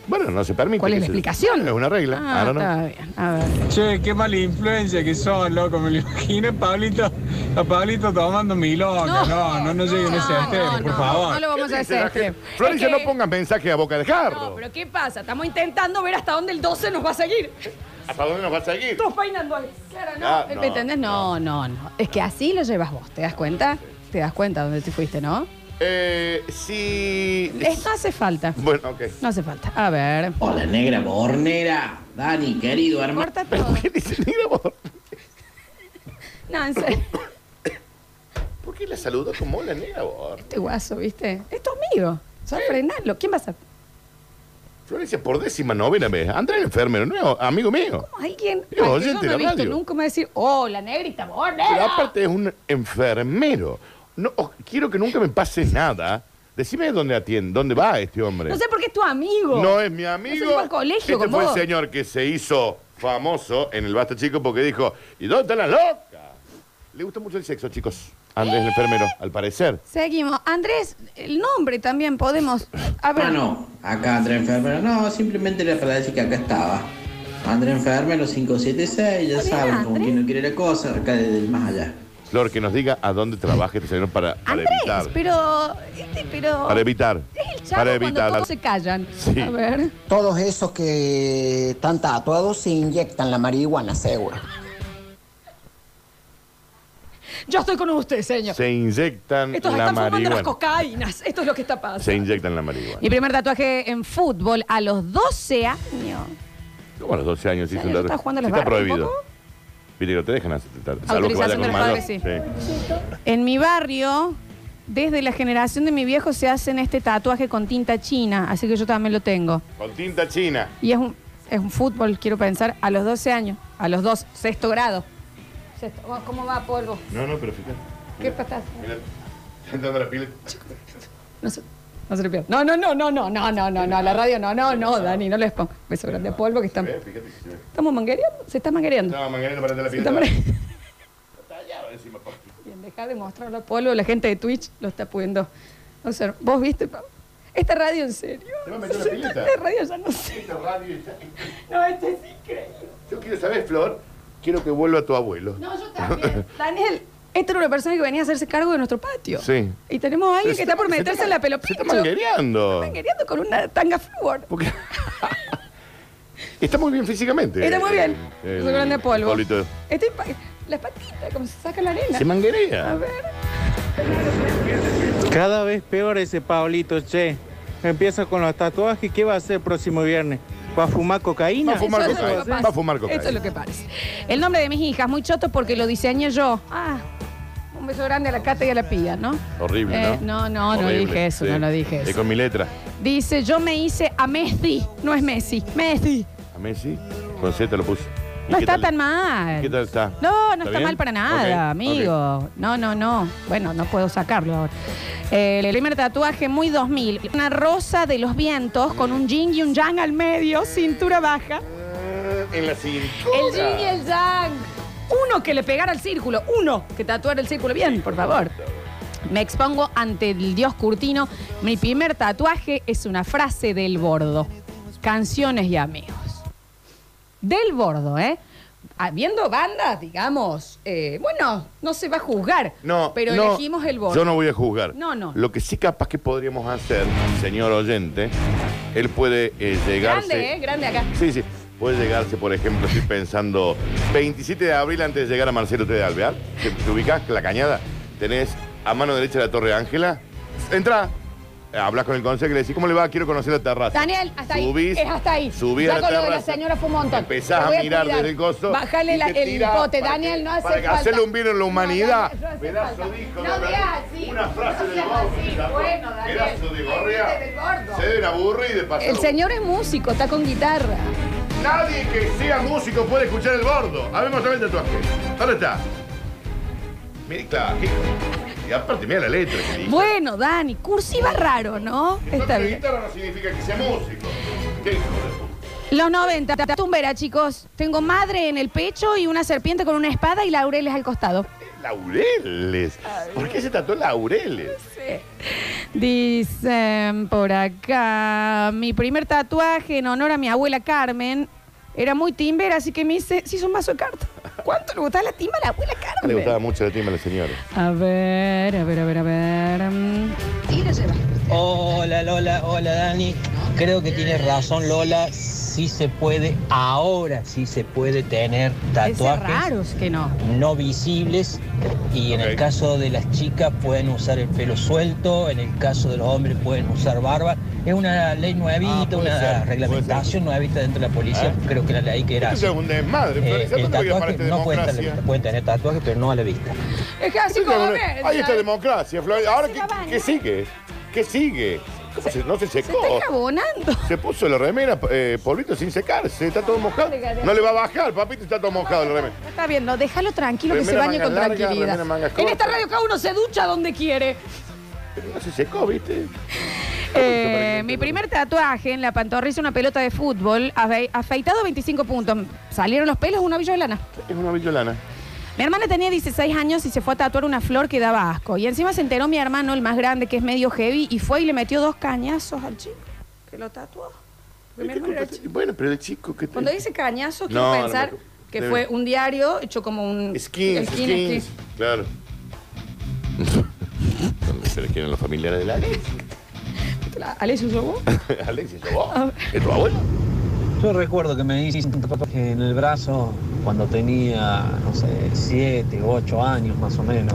S2: Bueno, no se permite.
S1: ¿Cuál es
S2: que
S1: la
S2: se-
S1: explicación?
S2: Es una regla.
S1: Ah,
S2: Ahora no.
S1: está bien. A ver.
S8: Che, qué mala influencia que son, loco. Me lo imagino a Pablito, a Pablito tomando milonga. No, no, no, lleguen a ese extremo, este, por
S1: no,
S8: favor.
S1: No lo vamos
S2: Dice
S1: a hacer.
S2: la gente,
S1: Steph.
S2: Florencia,
S1: Es que-
S2: no pongan mensaje a boca de jarro.
S1: No, pero ¿qué pasa? Estamos intentando ver hasta dónde el 12 nos va a seguir.
S2: ¿Hasta dónde nos va a seguir?
S1: Todos peinando ahí. Claro, ¿no?
S2: Ah,
S1: ¿Me
S2: no,
S1: entendés? No, no, no. Es que así lo llevas vos, ¿te das cuenta? Te das cuenta dónde te fuiste, ¿no?
S2: Eh, sí.
S1: Esto hace falta.
S2: Bueno, ok.
S1: No hace falta. A ver.
S9: Hola, negra bornera. Dani, querido hermano.
S1: Corta
S2: ¿Pero
S1: todo.
S2: qué dice negra vos?
S1: No, en serio.
S2: ¿Por qué la saludo como la negra vos?
S1: Este guaso, ¿viste? Es tu amigo. Sos frenarlo. ¿Quién va a ser?
S2: Florencia, por décima novena vez. Andrés el enfermero, no es amigo mío.
S1: Alguien
S2: Yo,
S1: al que yo
S2: oyente
S1: no
S2: de
S1: he
S2: la
S1: visto
S2: radio.
S1: nunca me va a decir, oh, la negrita, bornera.
S2: Pero aparte es un enfermero. No, oh, quiero que nunca me pase nada. Decime dónde atiende, dónde va este hombre.
S1: No sé por qué es tu amigo.
S2: No es mi
S1: No
S2: amigo.
S1: se fue al colegio
S2: este
S1: con
S2: fue
S1: vos.
S2: el señor que se hizo famoso en el Basta Chico porque dijo, ¿y dónde está la loca? Le gusta mucho el sexo, chicos. Andrés el enfermero, al parecer.
S1: Seguimos. Andrés, el nombre también podemos. A ver.
S9: Ah, no, acá André Enfermero. No, simplemente era para decir que acá estaba. André Enfermero 576, ya
S1: Hola,
S9: saben, como
S1: André.
S9: quien no quiere la cosa, acá desde el más allá.
S2: Flor, que nos diga a dónde trabaja este señor para, para
S1: Andrés,
S2: evitar.
S1: pero. Este, pero.
S2: Para evitar.
S1: Es el chavo
S2: Para
S1: cuando
S2: evitar.
S1: todos se callan.
S2: Sí.
S1: A ver.
S10: Todos esos que están tatuados se inyectan la marihuana, seguro.
S1: Yo estoy con usted, señor.
S2: Se inyectan
S1: Estos
S2: la
S1: están fumando las
S2: marihuana.
S1: cocaínas. Esto es lo que está pasando.
S2: Se inyectan la marihuana.
S1: Mi primer tatuaje en fútbol a los 12 años.
S2: Como a los 12 años hizo
S1: Daniel,
S2: un tatuaje.
S1: ¿estás jugando a los
S2: Está
S1: barrios un
S2: prohibido.
S1: poco?
S2: Viste que no te dejan hacer tatuaje. Salvo que vaya
S1: Autorización
S2: con
S1: de los
S2: mayor.
S1: padres, sí. En mi barrio, desde la generación de mi viejo, se hacen este tatuaje con tinta china. Así que yo también lo tengo.
S2: Con tinta china.
S1: Y es un, es un fútbol, quiero pensar, a los 12 años. A los 2, sexto grado. Sexto- oh, ¿Cómo va, polvo?
S2: No, no, pero fíjate.
S1: ¿Qué patas?
S2: Mira, sentando la pila.
S1: No se, no se le pierda. No, no, no, no, no, no, no, no, no. La radio no, no, no, Dani, no les pongo. Beso grande a polvo que estamos.
S2: Ve, Eh, Fíjate que se ve.
S1: ¿Estamos manguereando? Se está manguereando.
S2: No, manguera, no parate la
S1: Se
S2: pila.
S1: está manguereando.
S2: Tallado encima, por favor.
S1: Bien, deja de mostrarlo a polvo. La gente de Twitch lo está pudiendo. O sea, vos viste, Pablo? Esta radio, en serio.
S2: ¿Te va a meter la pileta?
S1: Esta radio ya no sé.
S2: Esta radio está-
S1: No, este esto es increíble.
S2: Yo quiero saber, Flor, quiero que vuelva tu abuelo.
S1: No, yo también. Daniel, esta era una persona que venía a hacerse cargo de nuestro patio.
S2: Sí.
S1: Y tenemos a alguien que está por meterse en la
S2: pelota. Se
S1: pelopincho.
S2: está manguereando.
S1: manguereando con una tanga flúor.
S2: Porque- está muy bien físicamente.
S1: Está muy bien.
S2: El- el-
S1: Beso grande a polvo.
S2: Pablito.
S1: Estoy pa- las patitas, como se saca la arena.
S2: Se
S1: A
S2: manguerea.
S1: ver.
S8: Cada vez peor ese Pablito, che. Empieza con los tatuajes. ¿Qué va a hacer el próximo viernes? ¿Va a fumar cocaína?
S2: Va a fumar
S1: Eso es lo
S2: cocaína.
S1: que pasa.
S2: Va a fumar cocaína.
S1: Eso es lo que parece. El nombre de mis hijas, muy choto porque lo diseñé yo. Ah, un beso grande a la Cata y a la Pía, ¿no?
S2: Horrible,
S1: Eh,
S2: ¿no?
S1: no, no, no
S2: Horrible,
S1: dije eso, no lo dije eso.
S2: Es con mi letra.
S1: Dice, yo me hice a Messi, no es Messi, Messi.
S2: A Messi, con Z lo puse. ¿Y
S1: No
S2: qué
S1: está
S2: tal?
S1: tan mal.
S2: ¿Qué tal está?
S1: No, no está,
S2: bien?
S1: mal para nada,
S2: Ok,
S1: amigo. No, no, no. Bueno, no puedo sacarlo ahora. Eh, el primer tatuaje muy 2000. Una rosa de los vientos con un yin y un yang al medio, cintura baja.
S2: ok. Mm, En la cintura.
S1: El yin y el yang. Uno que le pegara al círculo. Uno que tatuara el círculo. Bien, por favor. Me expongo ante el dios Curtino. Mi primer tatuaje es una frase del bordo. Canciones y amigos. Del bordo, ¿eh? Habiendo bandas, digamos, eh, bueno, no se va a juzgar.
S2: No,
S1: pero
S2: no,
S1: elegimos el bordo.
S2: Yo no voy a juzgar.
S1: No, no.
S2: Lo que sí capaz que podríamos hacer, señor oyente, él puede eh, llegarse.
S1: Grande, ¿eh? Grande acá.
S2: Sí, sí. Puede llegarse, por ejemplo, estoy pensando, 27 de abril antes de llegar a Marcelo T. de Alvear. Te, te ubicás, la cañada. Tenés a mano derecha la Torre Ángela. Entra. Hablas con el consejo y le decís, ¿cómo le va? Quiero conocer la terraza.
S1: Daniel, hasta ahí.
S2: Subís,
S1: Es hasta ahí.
S2: Subís
S1: Ya
S2: a la
S1: con lo de la
S2: terraza,
S1: señora fue un montón.
S2: Empezás
S1: Lo voy
S2: a
S1: a
S2: mirar
S1: cuidar.
S2: desde el coso.
S1: Bajale
S2: y
S1: la-
S2: te
S1: el
S2: tirás
S1: hipote,
S2: para
S1: Daniel, no hace
S2: para
S1: falta.
S2: hacerle un bien a la humanidad.
S1: No, Daniel, no hace
S2: pedazo
S1: falta.
S2: de hijo
S1: No
S2: de
S1: veas así.
S2: Una frase
S1: No
S2: de
S1: seas
S2: gordo,
S1: así.
S2: ¿sabes?
S1: Bueno, Daniel,
S2: Pedazo de
S1: hay gente del gordo.
S2: gorrea. Se deben aburrir de pasar.
S1: El señor es músico, está con guitarra.
S2: Nadie que sea músico puede escuchar el bordo. Habemos ver el tatuaje. ¿Dónde está? Mira, claro. qué- Y aparte, mira la letra que dice.
S1: Bueno, Dani, cursiva raro, ¿no?
S2: Que no
S1: Está
S2: toque
S1: bien.
S2: guitarra no significa que sea músico. ¿Qué hijo de puta?
S1: Los 90, tumbera, chicos. Tengo madre en el pecho y una serpiente con una espada y laureles al costado.
S2: Laureles. ¿Por qué se tatuó Laureles?
S1: Dicen por acá, mi primer tatuaje en honor a mi abuela Carmen era muy timbera, así que me hice, se hizo un vaso de carta. ¿Cuánto le gustaba la timba a la abuela
S2: Ah, Le
S1: Carmen?
S2: gustaba mucho la timba a la señora.
S1: A ver, a ver, a ver, a ver. mm.
S11: Hola Lola, hola Dani. Creo que tienes razón Lola. Sí se puede, ahora sí se puede tener
S1: Es
S11: tatuajes
S1: raro es que no.
S11: no visibles y en el caso de las chicas pueden usar el pelo suelto, en el caso de los hombres pueden usar barba. Es una ley
S2: Ah,
S11: nuevita, una reglamentación nuevita dentro de la policía. Creo que la ley que era...
S2: Esto ¿Eh? Este es
S11: así.
S2: un desmadre, Florencia,
S11: Eh, el
S2: ¿dónde voy a
S11: tatuaje
S2: parar esta
S11: no pueden,
S2: democracia?
S11: tener- pueden tener tatuajes, pero no a la vista.
S1: Es que así
S2: Esto es
S1: como
S2: una-
S1: ves,
S2: Ahí está
S1: ¿sabes?
S2: democracia, Florencia. Ahora, ¿qué,
S1: baña.
S2: qué sigue? ¿Qué sigue? ¿Cómo se, no se secó?
S1: Está jabonando.
S2: Se puso la remera, eh, polvito sin secarse, está todo mojado. No le va a bajar, papito, está todo mojado la remera.
S1: Está bien, no, déjalo tranquilo que se
S2: Remera
S1: bañe
S2: manga
S1: con
S2: larga,
S1: tranquilidad.
S2: remera manga
S1: en
S2: corta.
S1: esta radio cada uno se ducha donde quiere.
S2: Pero no se secó, ¿viste?
S1: Eh, mi primer tatuaje en la pantorrilla una pelota de fútbol, afe- afeitado 25 puntos. Salieron los pelos, una villolana.
S2: Es una villolana.
S1: Mi hermana tenía 16 años y se fue a tatuar una flor que daba asco. Y encima se enteró mi hermano, el más grande, que es medio heavy, y fue y le metió dos cañazos al chico que lo tatuó. Porque mi hermano era chico.
S2: Bueno, pero el chico que...
S1: Cuando dice cañazo,
S2: No,
S1: quiero
S2: no me
S1: pensar
S2: acuerdo.
S1: que
S2: Debe-
S1: fue un diario hecho como un...
S2: Skins,
S1: skin,
S2: skins.
S1: skin.
S2: Claro. ¿Dónde se le quieren los familiares de Alex?
S1: La- Alessio, ¿sos vos?
S2: Alex, ¿es vos? ¿Es tu abuelo?
S12: Yo recuerdo que me hice un tatuaje en el brazo cuando tenía, no sé, 7 u 8 años más o menos.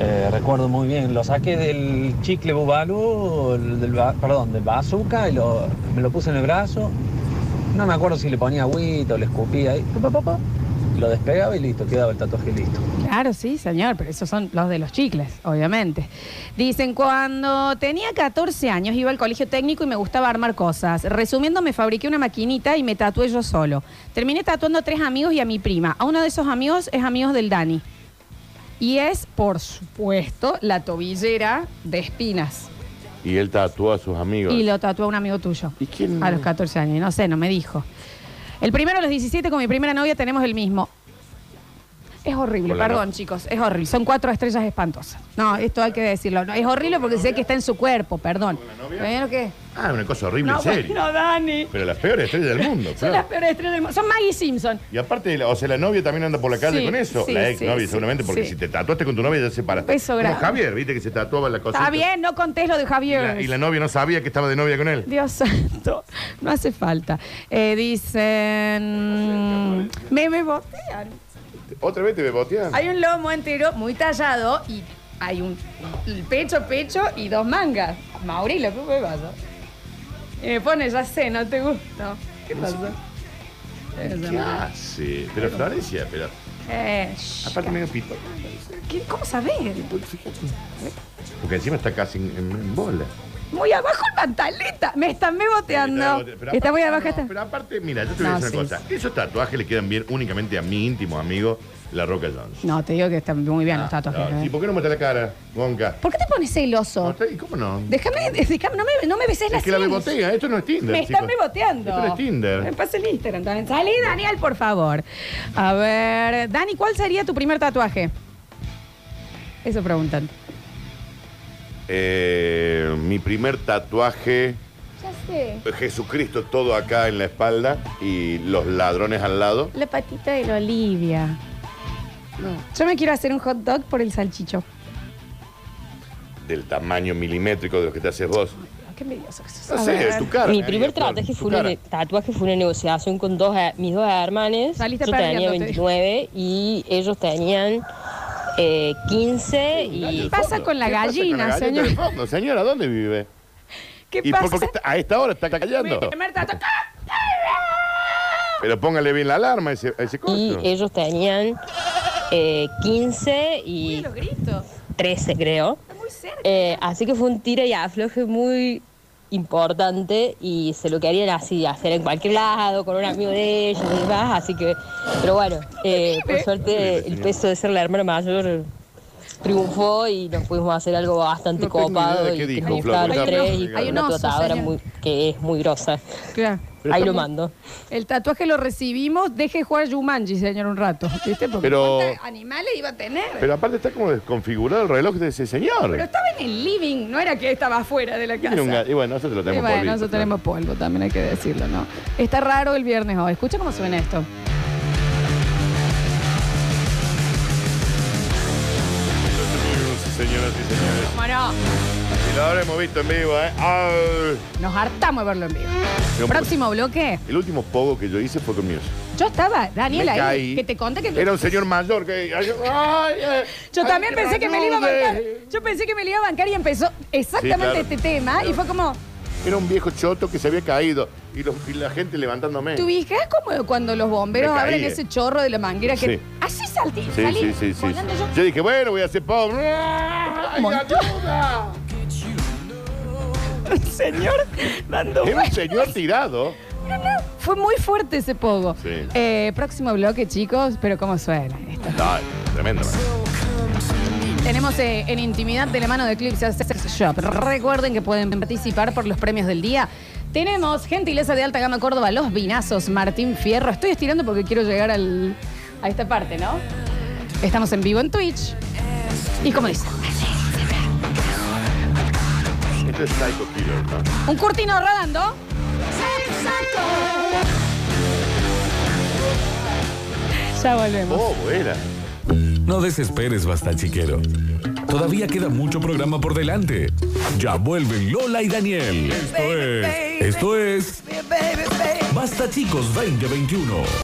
S12: Eh, recuerdo muy bien, lo saqué del chicle bubalú, del, ba- perdón, del bazooka y lo- me lo puse en el brazo. No me acuerdo si le ponía agüita o le escupía y pa, pa, pa, pa. lo despegaba y listo, quedaba el tatuaje listo.
S1: Claro, sí, señor, pero esos son los de los chicles, obviamente. Dicen, cuando tenía 14 años iba al colegio técnico y me gustaba armar cosas. Resumiendo, me fabriqué una maquinita y me tatué yo solo. Terminé tatuando a tres amigos y a mi prima. A uno de esos amigos es amigos del Dani. Y es, por supuesto, la tobillera de espinas.
S2: Y él tatuó a sus amigos.
S1: Y lo tatuó un amigo tuyo.
S2: ¿Y quién?
S1: A los 14 años, no sé, no me dijo. El primero a los 17 con mi primera novia tenemos el mismo. Es horrible,
S13: Con la
S1: perdón
S13: no-
S1: chicos, es horrible. Son cuatro estrellas espantosas. No, esto hay que decirlo. No, es horrible porque sé que está en su cuerpo, perdón. ¿Pero qué?
S2: Ah, una cosa horrible,
S1: no,
S2: en serio.
S1: bueno, Dani.
S2: Pero las peores estrellas del mundo,
S1: Son
S2: claro.
S1: las peores estrellas del mundo. Son Maggie Simpson.
S2: Y aparte, la- o sea, la novia también anda por la calle
S1: Sí,
S2: con eso.
S1: sí,
S2: la ex novia,
S1: sí,
S2: seguramente,
S1: sí,
S2: porque
S1: sí.
S2: si te tatuaste con tu novia ya se paraste.
S1: Beso
S2: Como
S1: grande.
S2: Javier, viste que se tatuaba la cosa.
S1: Está bien, no contés lo de
S2: Y
S1: Javier.
S2: la, y la novia no sabía que estaba de novia con él.
S1: Dios santo, no hace falta. Eh, dicen... Me, me botean.
S2: Otra vez te bebotean.
S1: Hay un lomo entero muy tallado y hay un el pecho, pecho y dos mangas. Mauri, lo que me pasa. Y me pone, ya sé, no te gusta. ¿Qué pasa?
S2: ¿Qué hace? Pero Florencia, pero.
S1: Eh, shh,
S2: Aparte medio pito.
S1: ¿qué- ¿Cómo sabés?
S2: Porque encima está casi en, en bola.
S1: Muy abajo el pantaleta. Me están me boteando.
S2: Pero aparte-
S1: Está muy abajo.
S2: no,
S1: está-
S2: Pero aparte, mira, yo te voy a
S1: No,
S2: decir una
S1: sí,
S2: cosa. Esos tatuajes le quedan bien únicamente a mi íntimo amigo, la Roca Jones.
S1: No, te digo que están muy bien los tatuajes.
S2: No,
S1: ¿eh?
S2: ¿Y por qué no muestra la cara, Gonca?
S1: ¿Por qué te pones celoso?
S2: ¿Y cómo no?
S1: Déjame, déjame, no me, no me beses la
S2: Es que la
S1: sienes.
S2: bebotea, esto no es Tinder.
S1: Me están Eh.
S2: chicos.
S1: reboteando.
S2: Esto no es Tinder.
S1: Me pasa el Instagram también. Salí, Daniel, por favor. A ver, Dani, ¿cuál sería tu primer tatuaje? Eso preguntan.
S2: Eh, mi primer tatuaje,
S1: Ya sé.
S2: Jesucristo todo acá en la espalda y los ladrones al lado.
S1: La patita de la Olivia. Yo me quiero hacer un hot dog por el salchicho.
S2: Del tamaño milimétrico de los que te haces vos.
S1: Qué envidioso que sos.
S2: No
S1: A
S2: sé,
S1: ver.
S2: tu cara.
S14: Mi
S2: María,
S14: primer
S2: Flor,
S14: tatuaje
S2: tu
S14: fue,
S2: cara.
S14: una, tatuaje fue una negociación con dos, eh, mis dos hermanos. Yo tenía
S1: perdiendo, te
S14: 29 y ellos tenían eh, 15 y...
S1: ¿Qué pasa con la
S2: ¿Qué pasa con
S1: gallina,
S2: la galleta
S1: señor?
S2: del fondo? señora, ¿dónde vive?
S1: ¿Qué
S2: ¿Y
S1: pasa?
S2: por qué está- a esta hora está
S1: Mi
S2: callando?
S1: primer tatuaje.
S2: Pero póngale bien la alarma a ese, a ese
S14: Y
S2: coso.
S14: ellos tenían eh, 15 y 13, creo. Eh, así que fue un tira y afloje muy importante y se lo querían así hacer en cualquier lado, con un amigo de ellos y demás. Así que, pero bueno, eh, por suerte el peso de ser la hermana mayor triunfó y nos pudimos hacer algo bastante
S2: idea de
S14: copado
S2: qué
S14: y que
S2: dijo,
S14: nos
S2: Flor,
S14: gustaba a los
S1: ¿eh?
S2: contame,
S14: tres y
S2: digamos.
S14: con
S2: Hay un
S14: una
S2: oso,
S14: tratadora
S2: señor.
S14: muy, que es muy grosa.
S1: Claro.
S2: Pero
S14: Ahí lo
S2: estamos-
S14: mando.
S1: El tatuaje lo recibimos, deje jugar Jumanji, señor, un rato. ¿Viste? Porque
S2: Pero-
S1: ¿cuántos animales iba a tener.
S2: Pero aparte está como desconfigurado el reloj de ese
S1: Pero
S2: señor.
S1: estaba en el living, no era que estaba afuera de la casa.
S2: Tiene un ga- Y bueno, nosotros lo
S1: Y
S2: tenemos
S1: bueno,
S2: polvito,
S1: nosotros
S2: claro.
S1: tenemos polvo, también hay que decirlo, ¿no? Está raro el viernes hoy. Escucha cómo suena esto.
S2: Señoras y señores.
S1: ¿Cómo no?
S2: Y lo habremos visto en vivo, ¿eh? Ay.
S1: Nos hartamos de verlo en vivo.
S2: Pero-
S1: Próximo bloque.
S2: El último pogo que yo hice fue con Music.
S1: Yo estaba, Daniel,
S2: Me
S1: ahí,
S2: caí.
S1: que te conté que...
S2: Era un señor mayor que. ay, ay, ay,
S1: Yo
S2: ay,
S1: también
S2: que
S1: pensé que me lo iba a
S2: ayude.
S1: bancar. Yo pensé que me lo iba a bancar y empezó exactamente
S2: claro.
S1: este tema. Y fue como,
S2: Era un viejo choto que se había caído y, los- y la gente levantándome.
S1: ¿tu hija es como cuando los bomberos
S2: Me caí,
S1: abren
S2: eh.
S1: ese chorro de la manguera que...
S2: Sí.
S1: Así saltí,
S2: Sí,
S1: salí.
S2: sí, sí, sí.
S1: volando
S2: sí.
S1: yo.
S2: Yo dije, bueno, voy a hacer pop.
S1: señor dando
S2: Era un señor tirado.
S1: No, no, Fue muy fuerte ese pogo.
S2: Sí.
S1: Eh, próximo bloque, chicos, pero ¿cómo suena?
S2: No, tremendo.
S1: Tenemos eh, en intimidad de la mano de Clips Sex Shop. Recuerden que pueden participar por los premios del día. Tenemos gentileza de alta gama Córdoba, los vinazos, Martín Fierro. Estoy estirando porque quiero llegar al, a esta parte, ¿no? Estamos en vivo en Twitch. Y como dice,
S2: Esto Este es Psycho Killer, ¿no?
S1: un curtino rodando. Ya volvemos.
S2: Bobo era.
S13: No desesperes, basta chiquero. Todavía queda mucho programa por delante. Ya vuelven Lola y Daniel. Esto es. Esto es. Basta chicos 2021.